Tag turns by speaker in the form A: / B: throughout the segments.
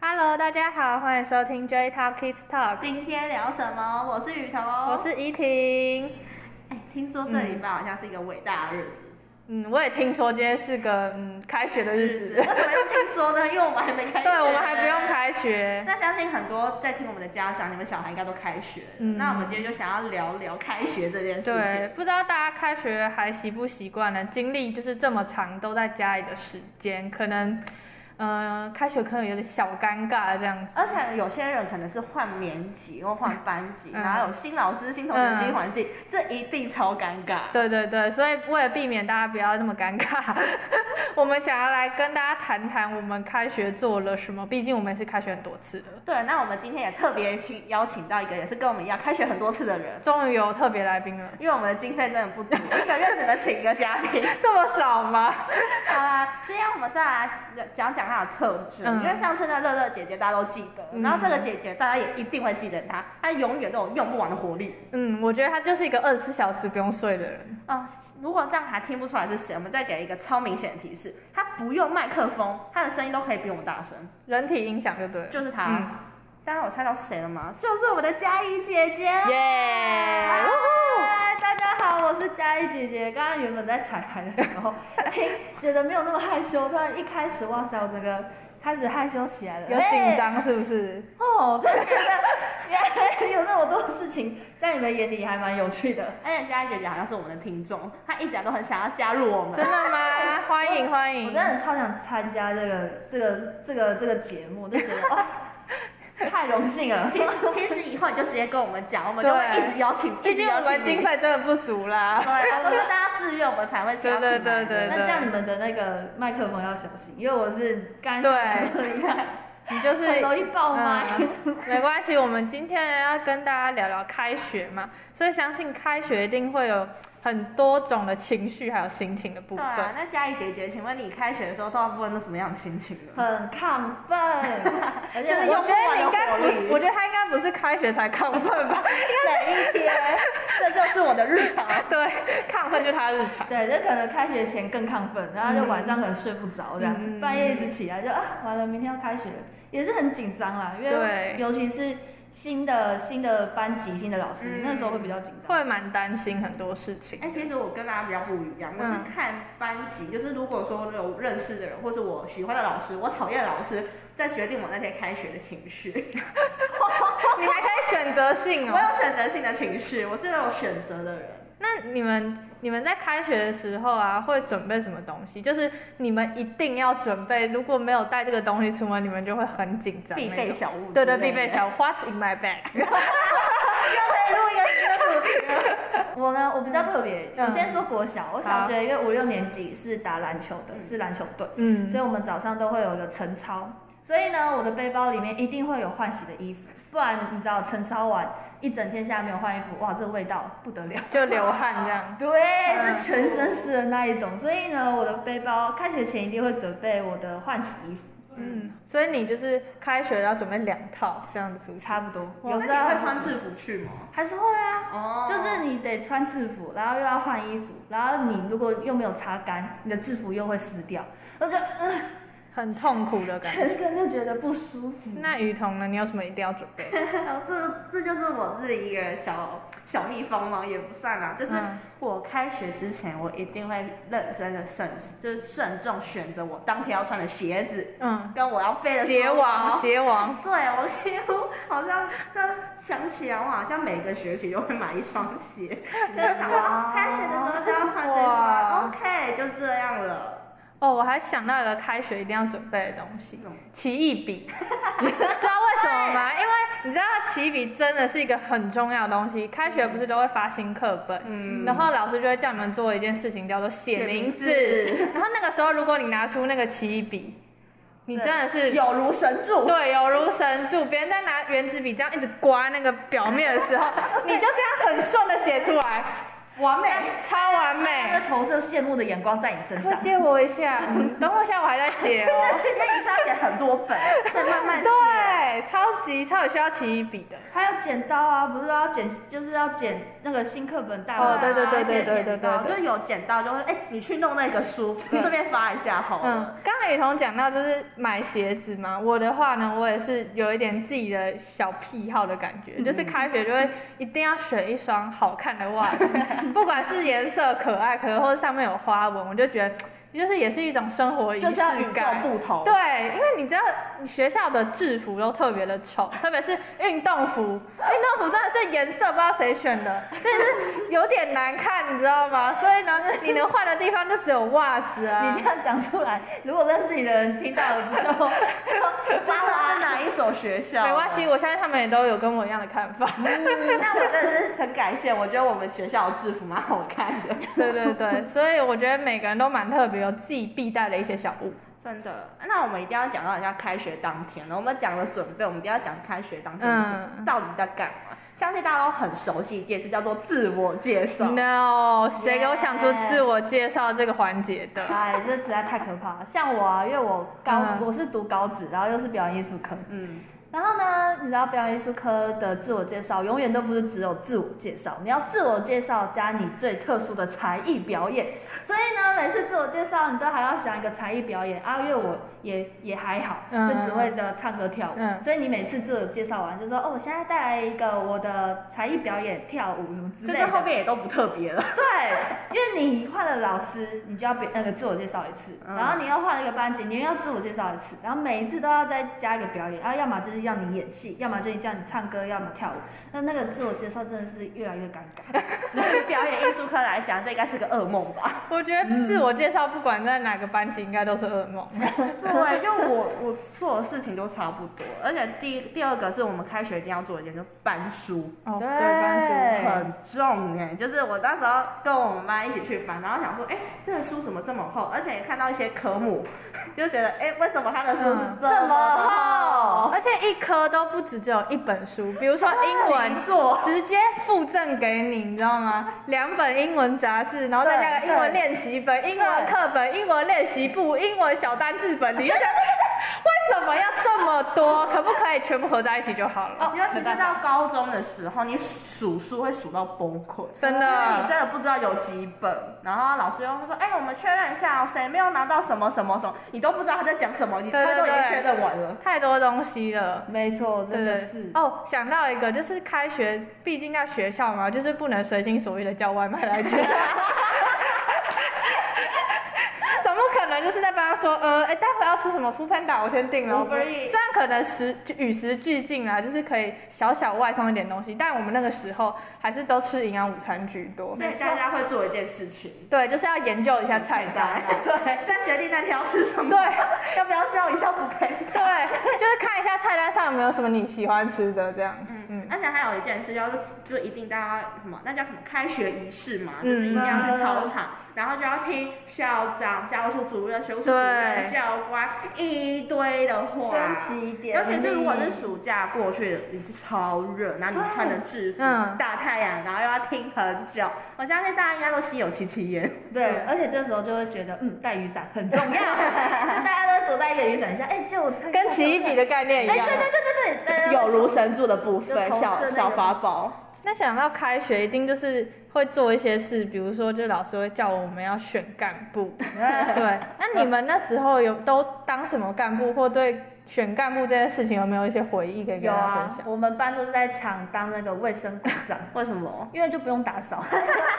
A: Hello，大家好，欢迎收听 J Talk Kids Talk，
B: 今天聊什么？我是雨桐，
A: 我是嗯依婷。
B: 哎、听说这礼拜好像是一个伟大的日子，
A: 嗯，我也听说今天是个嗯开学的日子
B: 为，什么要听说呢？因为我们还没开 学，
A: 对我们还不用。开 学，
B: 那相信很多在听我们的家长，你们小孩应该都开学了。
A: 嗯
B: 那我们今天就想要聊聊开学这件事
A: 对，
B: 情。
A: 不知道大家开学还习不习惯呢？经历就是这么长都在家里的时间，可能，呃，开学可能有点小尴尬这样子。
B: 而且有些人可能是换年级或换班级，
A: 嗯
B: 然后有新老师、新同学、
A: 嗯
B: 新环境，这一定超尴尬。
A: 对对对，所以为了避免大家不要那么尴尬， 我们想要来跟大家谈谈我们开学做了什么。毕竟我们也是开学很多次了，
B: 对，那我们今天也特别请邀请到一个也是跟我们一样开学很多次的人，
A: 终于有特别来宾了，
B: 因为我们的经费真的不足，一个月只能请一个嘉宾。
A: 这么少吗？
B: 好啦，呃今天我们是来讲讲她的特质，
A: 嗯
B: 因为上次的乐乐姐姐大家都记得，
A: 嗯
B: 然后这个姐姐大家也一定会记得她，她永远都有用不完的活力。
A: 嗯，我觉得他就是一个二十四小时不用睡的人。
B: 哦，如果这样还听不出来是谁，我们再给一个超明显的提示，她不用麦克风，她的声音都可以比我们大声，
A: 人体音响就对了，
B: 就是她。
A: 嗯
B: 当然我猜到是谁了吗？就是我们的佳怡姐姐啦。
A: 耶！
C: 嗨，大家好，我是佳怡姐姐。刚刚原本在彩排的时候，听觉得没有那么害羞，突然一开始，哇塞，我整个开始害羞起来了，
A: 有紧张是不 是？
C: 哎哦，就觉得原来有那么多事情在你们眼里还蛮有趣的。
B: 而且哎佳怡姐姐好像是我们的听众，她一直以来都很想要加入我们。
A: 真的吗？欢迎欢
C: 我
A: 迎
C: 真！的超想参加这个这个这个这个节目，就觉得哇，太荣幸了。
B: 其其实以后你就直接跟我们讲，我们就
A: 对
B: 会一直邀请，
A: 毕
B: 一直
A: 竟
B: 邀
A: 我们
B: 请你
A: 经费真的不足 啦。
B: 对，都是大家自愿，我们才会邀请来的。
A: 对对对
C: 那这样你们的那个麦克风要小心，因为我是刚才
A: 对
C: 说的一样，
A: 你就是
C: 很容易爆麦。
A: 嗯没关系，我们今天要跟大家聊聊开学嘛，所以相信开学一定会有很多种的情绪还有心情的部
B: 对
A: 分。
B: 啊，那佳怡姐姐，请问你开学的时候大部分都什么样的心情呢？
C: 很亢 奋，而且
B: 就是
A: 我觉
B: 用不
A: 得
B: 完
A: 你
B: 的
A: 应该不
B: 活
A: 是，
B: 力
A: 我觉得他应该不是开学才亢奋吧？
B: 每一天， 这就是我的日 常。哎
A: 对，亢奋就是他日常。
C: 对，就可能开学前更亢奋，然后就晚上可能睡不着这样，
A: 嗯
C: 半夜一直起来就啊，完了，明天要开学了，也是很紧张啦，因
A: 对
C: 为尤其是新的新的班级、新的老师，
A: 嗯
C: 那时候会比较紧张。
A: 会蛮担心很多事情。
B: 哎、其实我跟大家比较不一样，我是
A: 嗯
B: 看班级，就是如果说有认识的人，或是我喜欢的老师，我讨厌的老师，再决定我那天开学的情 绪。
A: 你还可以选择性
B: 我
A: 哦。
B: 有选择性的情绪，我是有选择的人。
A: 那你们你们在开学的时候啊，会准备什么东西？就是你们一定要准备，如果没有带这个东西出门，你们就会很紧张那
B: 必
A: 种。
B: 备小物之类
A: 对
B: 的
A: 对，必备小物。What's in my bag？
B: 又可以录一个新的主题了。
C: 我呢，我比较特别，
A: 嗯
C: 我先说国小，我
A: 好
C: 小学因为五六年级是打篮球的，
B: 嗯
C: 是篮球队，
A: 嗯
C: 所以我们早上都会有一个晨操，所以呢，我的背包里面一定会有换洗的衣服，不然你知道晨操完一整天下来没有换衣服，哇，这味道不得了。
A: 就流汗这样。
C: 对，
A: 嗯
C: 是全身湿的那一种，所以呢，我的背包开学前一定会准备我的换洗衣服，
A: 嗯，所以你就是开学要准备两套这样子是不是，
C: 差不多。
B: 我
C: 有
B: 那
C: 时
B: 你
C: 候
B: 会穿制服去吗？
C: 还是会啊，
B: 哦
C: 就是你得穿制服，然后又要换衣服，然后你如果又没有擦干，你的制服又会湿掉，我就嗯、
A: 很痛苦的 感觉。
C: 全身就觉得不舒服。
A: 那雨桐呢？你有什么一定要准备？
B: 然后这这就是我自己一个小小秘方嘛，也不算啦。就是
A: 嗯
B: 我开学之前，我一定会认真的慎，就是慎重选择我当天要穿的鞋子，
A: 嗯，
B: 跟我要背的书
A: 鞋王，
B: 包。
A: 鞋王。
B: 对，我几乎好像这想起来，我好像每个学期都会买一双鞋，就想说哦
C: 哇
B: 开学的时候就要穿这
A: 哇
B: 双，OK，就这样了。
A: 哦，我还想到一个开学一定要准备的东西
B: 什么，
A: 奇异 笔。知道为什么吗？因为你知道奇异笔真的是一个很重要的东西。开学不是都会发新课本，
B: 嗯
A: 然后老师就会叫你们做一件事情，叫做写名字。
B: 写名
A: 然后那个时候，如果你拿出那个奇异笔，你真的是
B: 有如神 助。
A: 对，有如神助。别人在 拿圆珠笔这样一直刮那个表面的时候，你就这样很顺的写出来。
B: 完美。
A: 超完美
C: 他。会投射羡慕的眼光在你身
A: 可
C: 上
A: 以。借我一下，嗯等我一下，我还在写哦。
B: 那你是要写很多本，再慢慢写。
A: 对，超级超有需要起笔的。
C: 还有剪刀啊，不是都要剪，就是要剪那个新课本大纲啊
A: 哦对对对对
B: 剪
A: 对对
B: 剪刀
A: 对对
B: 就是有剪到就会，哎，你去弄那个书， 你这边发一下好了。
A: 嗯，刚才雨桐讲到就是买鞋子嘛，我的话呢，我也是有一点自己的小癖好的感觉，
B: 嗯
A: 就是开学就会一定要选一双好看的袜 子，不管是颜色可爱，可能或者上面有花纹，我就觉得就是也是一种生活仪
B: 就
A: 式
B: 是要与众
A: 感。
B: 不同。
A: 嗯对，因为你知道学校的制服都特别的 丑，特别是运动服，运动服真的是颜色不知道谁选的，真的是有点难看，你知道吗？所以呢，你能换的地方就只有袜子啊。
C: 你这样讲出来，如果认识你的人听到了，不就
B: 知道
C: 就抓
B: 是
C: 啦？
B: 哪一所学校？
A: 没关系，。我相信他们也都有跟我一样的看 法。
B: 那我真的是很感谢，我觉得我们学校的制服蛮好看 的。
A: 对对对，所以我觉得每个人都蛮特别，有自己必带的一些小物。
B: 真的，那我们一定要讲到人家开学当天了。我们讲了准备，我们一定要讲开学当天、
A: 嗯
B: 到底在干嘛。相信大家都很熟悉一件事，叫做自我介绍。
A: 嗯 No，谁给我想出自我介绍这个环节的？
C: 哎，这实在太可怕了。像我啊，因为我高、
A: 嗯
C: 我是读高职，然后又是表演艺术科，
B: 嗯，
C: 然后呢，你知道表演艺术科的自我介绍永远都不是只有自我介绍，你要自我介绍加你最特殊的才艺表演。所以呢，每次自我介绍你都还要想一个才艺表演啊，因为我也也还好，
A: 嗯
C: 就只会的唱歌跳舞。
A: 嗯
C: 所以你每次自我介绍完就说哦，我现在带来一个我的才艺表演跳舞什么之
B: 这
C: 类
B: 是
C: 的。
B: 后面也都不特别了。
C: 对，因为你换了老师，你就要表那个自我介绍一次，
B: 嗯
C: 然后你又换了一个班级，你又要自我介绍一次，然后每一次都要再加一个表演，然后要么就是要你演戏，要么就是叫你唱歌，要么跳舞。那那个自我介绍真的是越来越尴尬。
B: 对于表演艺术科来讲，这应该是个噩梦吧？
A: 我觉得自我介绍不管在哪个班级，应该都是噩梦。
B: 对，因为我我做的事情都差不多，而且第第二个是我们开学一定要做的一件，就是搬书。
A: 哦，
C: 对
A: 对，关系我
B: 很重哎、就是我那时候跟我们班一起去翻，然后想说，哎、这个书怎么这么厚？而且也看到一些科目， 就觉得，哎、为什么他的书是
A: 嗯
B: 这么厚？
A: 而且一科都不止只有一本书，比如说英文
B: 请坐，
A: 直接附赠给你，你知道吗？两本英文杂志，然后再加个
C: 对
A: 英文练习本、英文课本、英文练习簿、英文小单字本， 你就觉得为什么要这么多？可不可以全部合在一起就好了？
B: 尤其是到高中的时候，你数数会数到崩溃。
A: 真
B: 因为你
A: 的，
B: 真的不知道有几本，然后老师又会说，哎、我们确认一下、哦，谁没有拿到什么什么什么，你都不知道他在讲什么，你
A: 对
B: 他
A: 对
B: 都已经
A: 对
B: 确认完了。
A: 太多东西了。
C: 没错，
A: 对
C: 真的
A: 对
C: 是。
A: 哦，想到一个，就是开学，毕竟在学校嘛，就是不能随心所欲的叫外卖来吃。 总不可能就是在帮他说，呃，哎，待会要吃什么？福喷岛我先定了。
B: Uber Eats
A: 虽然可能时就与时俱进啦，就是可以小小外送一点东西，但我们那个时候还是都吃营养午餐居多。
B: 所以大家会做一件事情，
A: 对，就是要研究一下菜单。
B: 对，再决定那天要吃什么，
A: 对，
B: 要不要叫一下不配？
A: 对，就是看一下菜单上有没有什么你喜欢吃的这样。
B: 嗯嗯
A: 嗯，
B: 而且还有一件事，就是就一定大家什么，那叫什么开学仪式嘛，
A: 嗯
B: 就是一定要去操场，然后就要听校长、教务处主任、学务处主任、
A: 对
B: 教官一堆的话。
C: 升旗典礼，
B: 尤其是如果
A: 嗯
B: 是暑假过去，已经超热，然后你
C: 对
B: 穿着制服，
A: 嗯
B: 大太阳，然后又要听很久，我相信大家应该都心有戚戚焉。
C: 对，而且这时候就会觉得，嗯，带雨伞很重要，就大家都躲在一个雨伞下，哎、就我
A: 跟奇异笔的概念一
C: 哎、
A: 样。啊
C: 对对对对对，对
B: 有如神助的部
C: 就
B: 分，
C: 投射
B: 小
C: 那个
B: 小法宝，
A: 那想到开学，一定就是会做一些事，比如说，就老师会叫我们要选干部。对，那你们那时候有都当什么干部，或对选干部这件事情有没有一些回忆可以跟
C: 有
A: 大家分
C: 啊
A: 享？，
C: 我们班都是在抢当那个卫生股长，
B: 为什么？
C: 因为就不用打扫，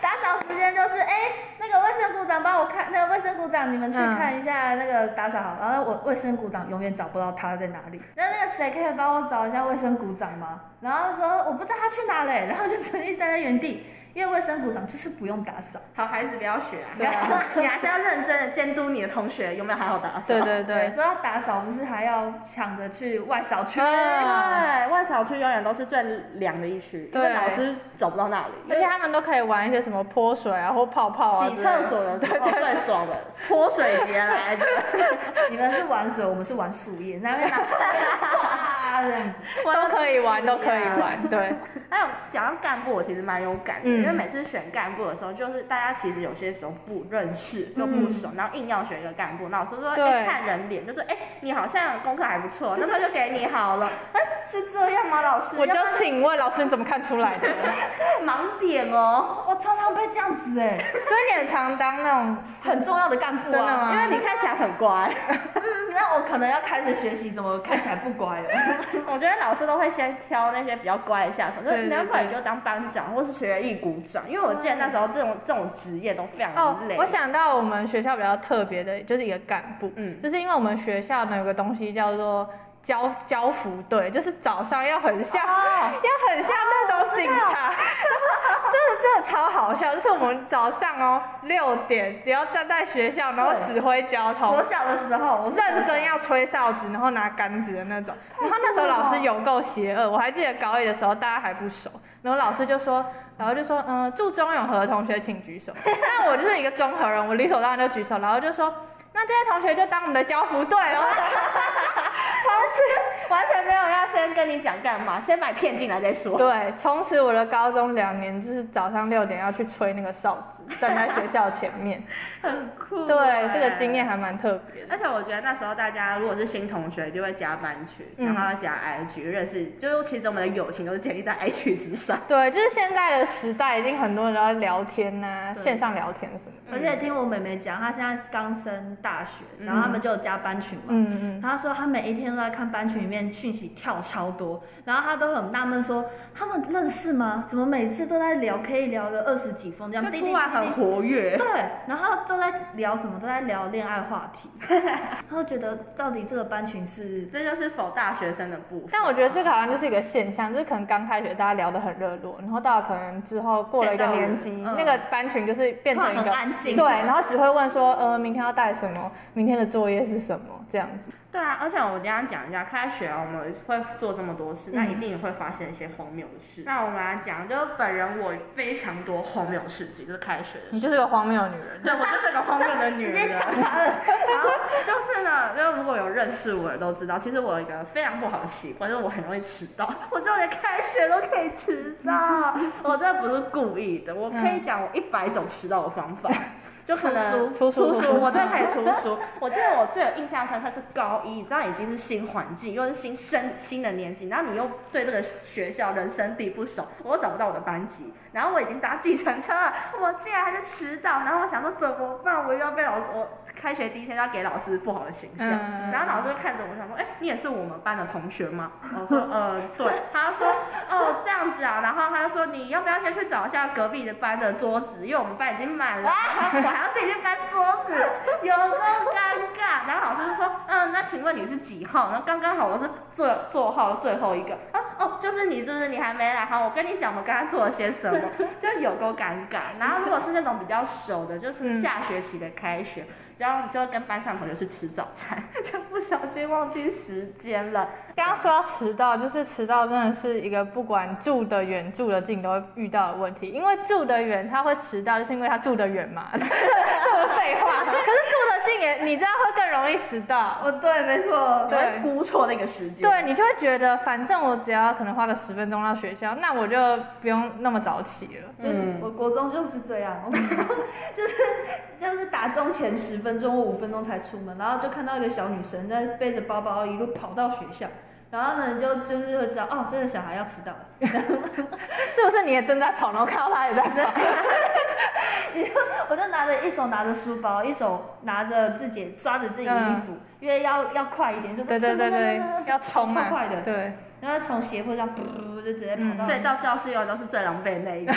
C: 打扫时间就是哎、那个卫生股长帮我看，那个卫生股长你们去
A: 嗯
C: 看一下那个打扫好，然后我卫生股长永远找不到他在哪里，那那个谁可以帮我找一下卫生股长吗？然后说我不知道他去哪了，然后就直接站在原地，因为卫生股长就是不用打扫。
B: 好孩子不要学啊，
A: 对啊
B: 你还是要认真的监督你的同学有没有好好打扫。
A: 对对对，
C: 说到打扫，不是还要抢着去 外扫区？
A: 嗯，
B: 对，外扫区永远都是最凉的一区，因
A: 对
B: 为老师走不到那里。
A: 而且他们都可以玩一些什么泼水啊，或泡泡啊之
B: 洗
A: 类的
B: 厕所的时候最爽的，泼 水节来的，
C: 你们是玩水，我们是玩树叶，那边拿大啊这样子。
A: 都可以玩，都可以玩，对，
B: 还有讲到干部，我其实蛮有感的，
A: 嗯
B: 因为每次选干部的时候，就是大家其实有些时候不认识，都不熟，然后硬要选一个干部，那我就说，
A: 对
B: 哎、看人脸，就说，哎、你好像功课还不错，那么就给你好 了。哎、是这样吗，老师？
A: 我就
B: 要不然
A: 请问老师你怎么看出来的？
B: 盲点哦，
C: 我常常被这样子哎、
A: 所以你很常当那种，
C: 很重要的干部啊。
A: 真的吗
B: 因为你看起来很乖。
C: 嗯那我可能要开始学习怎么看起来不乖 了。
B: 我觉得老师都会先挑那些比较乖的下手，就
A: 对对
B: 是你要不然你就当班长或是学艺股长，因为我记得那时候这种这种职业都非
A: 哦
B: 常累。，
A: 我想到我们学校比较特别的，就是一个干部，
B: 嗯，
A: 就是因为我们学校呢有个东西叫做交交服队，就是早上要很像，要很像那种警察， 真的真的超好笑。就是我们早上哦六点，你要站在学校，然后
C: 对
A: 指挥交通
C: 我。小的时候，我是
A: 认真要吹哨子，然后拿杆子的那种。然后那时候老师有够邪恶，我还记得高一的时候大家还不熟，然后老师就说，然后就说，嗯、祝钟永和的同学请举 手。但我就是一个中和人，我理所当然就举手，然后就说，那这些同学就当我们的交服队 哦。
B: 完全没有要先跟你讲干嘛，先买片进来再说。
A: 对，从此我的高中两年就是早上六点要去吹那个哨子，站在学校前面。
B: 很 酷
A: 对，这个经验。还蛮特别的。
B: 而且我觉得那时候大家如果是新同学，就会加班群，
A: 嗯
B: 然后要加 IG 认识，就是其实我们的友情都是建立在 IG 之上。
A: 对，就是现在的时代，已经很多人都在聊天呐、
B: 对
A: 线上聊天什么的。
C: 而且听我妹妹讲，她现在刚升大学，
B: 嗯
C: 然后他们就有加班群嘛。
A: 嗯嗯，
C: 她说她每一天都在看班群里面讯息跳超多，然后她都很纳闷说他们认识吗？怎么每次都在聊，可以聊个二十几封这
A: 嗯
C: 样，
B: 就
C: 滴滴
B: 突然
C: 滴
B: 很
C: 滴
B: 活跃，
C: 对，然后都在聊什么？都在聊恋爱话 题，然后觉得到底这个班群是
B: 这就是否大学生的部分。
A: 但我觉得这个好像就是一个现象，就是可能刚开学大家聊得很热络，然后到了可能之后过了一个
B: 见到
A: 年
B: 人
A: 级，
B: 嗯
A: 那个班群就是变成
C: 突然
A: 一
C: 很
A: 个
C: 安静
A: 对，然后只会问说，呃，明天要带什么，明天的作业是什么这样子。
B: 对啊，而且我等一下讲一下，开学啊我们会做这么多事，那
A: 嗯
B: 一定会发生一些荒谬的事。那我们来讲，就本人我非常多荒谬事情，就是开学的
A: 你
B: 时候。
A: 就是个荒谬的女人。
B: 对，我就是个荒谬 的女人。 然后就是呢，就如果有认识我的都知道，其实我有一个非常不好的习惯，就是我很容易迟到，我就连开学都可以迟到，我真的不是故意的，我可
A: 嗯
B: 以讲我一百种迟到的方 法。就可能
A: 出书出书
B: 出我真的可以出书。 我记得我最有印象深刻是高一，你知道已经是新环境，又是新生新的年级，然后你又对这个学校人生地不熟，我又找不到我的班级，然后我已经搭计程车了，我竟然还是迟到，然后我想说怎么办？我又要被老师，我开学第一天就要给老师不好的形象，
A: 嗯
B: 然后老师就看着我想说，哎、你也是我们班的同学吗？我 说，呃，对。他说，哦，这样子啊，然后他就说，你要不要先去找一下隔壁的班的桌子，因为我们班已经满了，然后我还要自己去搬桌子，有够尴尬。然后老师就说，嗯，那请问你是几号？然后刚刚好我是座座号最后一个。啊，哦，就是你，是不是你还没来？好，我跟你讲，我们刚刚做了些什么， 就有够尴尬。然后如果是那种比较熟的，就是下学期的开学，然后你就会跟班上同学去吃早餐，就不小心忘记时间了。
A: 刚刚说到迟到，就是迟到真的是一个不管住得远住得近都会遇到的问题，因为住得远他会迟到，就是因为他住得远嘛， 这么废话。可是住得近也，你这样会更容易迟到。
B: 哦，对，没错
A: 对
B: 对，估错那个时间。
A: 对，你就会觉得，反正我只要可能花个十分钟到学校，那我就不用那么早起了。
C: 就是、
B: 嗯
C: 我国中就是这样，我就是就是打钟前十分钟或五分钟才出门，然后就看到一个小女生在背着包包一路跑到学校，然后呢你就就是会知道哦，这个小孩要迟到了，
A: 是不是你也正在跑，然后看到他也在跑？
C: 你就我就拿着一手拿着书包，一手拿着自己抓着自己的衣服，因为要要快一点，就 是
A: 对对对对，要冲
C: 超
A: 啊
C: 快！的，
A: 对，
C: 然后从斜坡上噗就直接跑到，
B: 所以到教室永远都是最狼狈的那一个。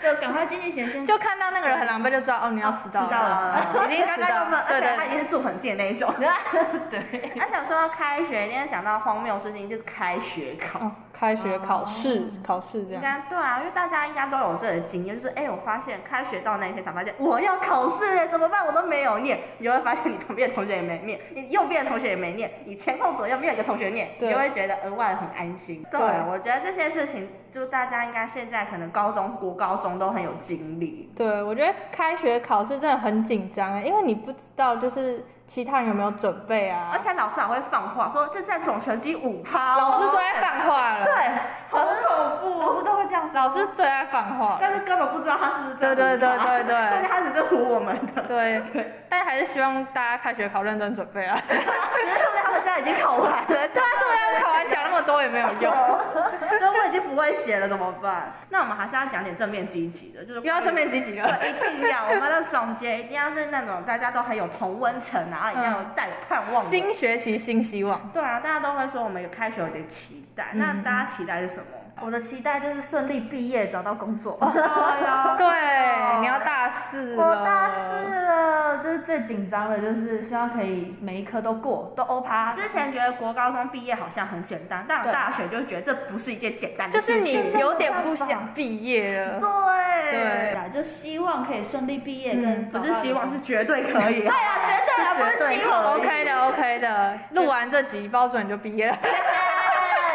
C: 就赶快进去前先
A: 就看到那个人很狼狈，就知道哦，你要迟到
C: 迟到了
A: 了，已经
B: 刚
A: 迟
B: 刚
A: 到
B: 有没有
A: 了。对
B: 而且
A: 对
B: 他已经是住很近的那一种。
C: 对，
B: 而且我说到开学，今天讲到荒谬的事情就是开学考。
A: 哦，开学考试、
C: 哦
A: 考试这
B: 应
A: 样。
B: 该对啊，因为大家应该都有这个经验，就是哎、我发现开学到那一天才发现我要考试了，怎么办？我都没有念，你就会发现你旁边的同学也没念，你右边的同学也没念，你前后左右没有一个同学念，你
A: 对
B: 就会觉得额外很安心。对，啊
A: 对
B: 我觉得这些事情，就大家应该现在可能高中、国高中都很有经历。
A: 对，我觉得开学考试真的很紧张、欸，因为你不知道就是其他人有没有准备啊
B: 而？且老师还会放话说这占总成绩五趴、哦，
A: 老师最爱放话了，
C: 对，
B: 好恐怖、
C: 老
B: 哦，
C: 师都会这样说。
A: 老师最爱放话了，
B: 但是根本不知道他是不是
A: 对
B: 真
A: 对对
B: 的5%
A: 对
B: 但是
A: 对
B: 他只是唬我们的。
A: 对，但还是希望大家开学考认真准备啊。
B: 只是说明他们现在已经考完 了，
A: 对啊，说不定考完讲那么多也没有 用，
B: 那我已经不会写了，怎么办？那我们还是要讲点正面积极的，就是
A: 又要正面积极了。
B: 对，一定要我们的总结一定要是那种大家都很有同温层啊，然后一定要有带有盼望的。
A: 新学期新希 望，
B: 对啊，大家都会说我们有开学有点期待，那
A: 嗯
B: 大家期待是什么？
C: 我的期待就是顺利毕业，找到工 作。
B: 哎呀
A: 对，你要大四
C: 啊我
A: 了。
C: 大四了，就是最紧张的，就是希望可以每一科都过，都欧趴。
B: 之前觉得国高中毕业好像很简单，但我
A: 对
B: 大学就觉得这不是一件简单
A: 就
B: 的事
A: 是
B: 情。
A: 你有点不想毕业了。
B: 对
A: 对
C: 啊，就希望可以顺利毕业，
A: 嗯
C: 跟
B: 不
C: 找到
B: 是希望，是绝对可以、
C: 对啊，绝对啊，不 是希望。
A: OK 的，OK 的，录完这集包准你就毕业了。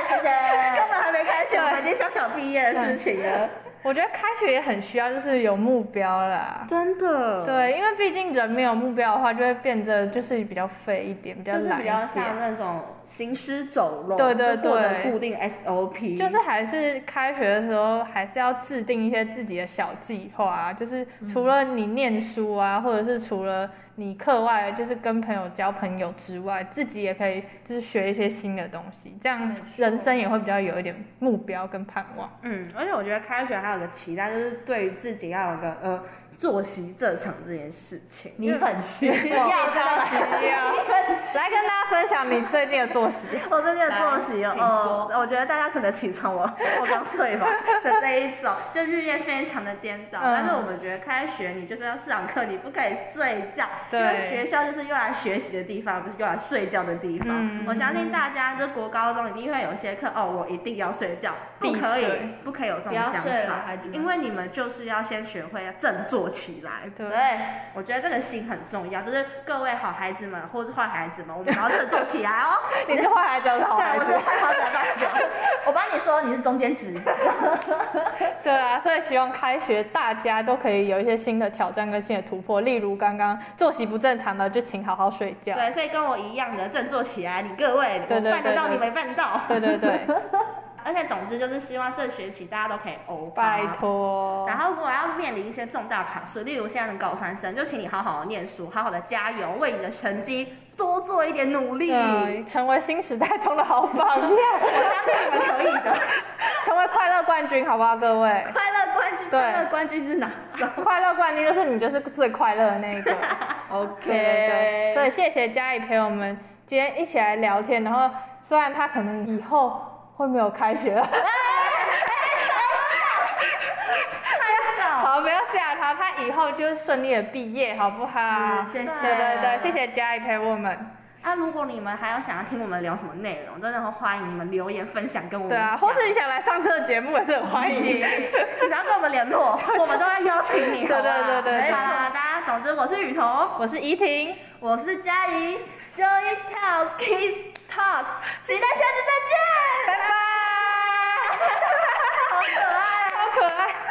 C: 谢谢，谢谢。
B: 根本还没开学，我们已经想想毕业的事情了。
A: 我觉得开学也很需要，就是有目标啦。
B: 真
C: 嗯
B: 的，
A: 对，因为毕竟人没有目标的话，就会变得就是比较废一点，比较
B: 就是
A: 懒
B: 比
A: 一
B: 较像
A: 点。
B: 那种行尸走肉，
A: 对对
B: 就不能
A: 对
B: 固定 SOP，
A: 就是还是开学的时候，还是要制定一些自己的小计划啊。就是
B: 嗯
A: 除了你念书啊，或者是除了你课外，就是跟朋友交朋友之外，自己也可以就是学一些新的东西，这样
C: 没错
A: 人生也会比较有一点目标跟盼望。
B: 嗯，而且我觉得开学还有个期待，就是对于自己要有个呃作息正常这件事情。
C: 你很需
A: 我
C: 要
A: 超级要啊来跟大家分享你最近的作 息。
B: 我最近的作息
C: 来请
B: 哦，我觉得大家可能起床我 我刚睡 吧的这一种，就日夜非常的颠倒。
A: 嗯
B: 但是我们觉得开学你就是要上课，你不可以睡觉，
A: 对
B: 因为学校就是用来学习的地方，不是用来睡觉的地方。
A: 嗯
B: 我相信大家就国高中一定会有一些课哦，我一定要睡觉，不
A: 必
B: 可以
A: 睡
B: 不可以有这种
C: 不要
B: 想
C: 睡了
B: 法
C: 孩子，们
B: 因为你们就是要先学会要振作起来。
A: 对，
C: 对，
B: 我觉得这个心很重要，就是各位好孩子们或是坏孩子们，我们要振作起来哦。
A: 你是坏孩子还是好孩
B: 对，哦我是
A: 子？
B: 坏好仔代表。
C: 我帮你说，你是中间值。
A: 对啊，所以希望开学大家都可以有一些新的挑战跟新的突破，例如刚刚作息不正常的，就请好好睡觉。
B: 对，所以跟我一样的振作起来，你各位，
A: 对对对
B: 我办得到，
A: 对
B: 你没办到。
A: 对对 对，
B: 而且总之就是希望这学期大家都可以欧巴
A: 拜。托。
B: 然后如果要面临一些重大考试，例如现在的高三生，就请你好好的念书，好好的加油，为你的成绩多做一点努力。
A: 对，成为新时代中的好榜样，
B: 我相信你们可以的。
A: 成为快乐冠军，好不好，各位？
C: 快乐冠军，
A: 对
C: 快乐冠军是哪
A: 快乐冠军就是你，就是最快乐的那一个。对对对，所以谢谢嘉怡陪我们今天一起来聊天，然后虽然他可能以后会没有开学 了，好，不要吓他，他以后就顺利的毕业，好不好？
C: 是谢谢
A: 对对对，谢谢嘉怡陪我们。
B: 啊，如果你们还有想要听我们聊什么内容，真的很欢迎你们留言分享跟我们
A: 对
B: 讲。
A: 啊，或是你想来上这个节目也是很欢迎
B: 你
A: 你。
B: 只要跟我们联 络，我们都要邀请你。
A: 对
B: 好吧
A: 对对对对
B: 好啦，大家，总之我是雨桐，
A: 我是怡婷，
C: 我是佳怡，Joy Talk Kids Talk，期待下次
A: 啊拜
C: 再见。
A: 拜。好可爱，好可爱。
C: 哎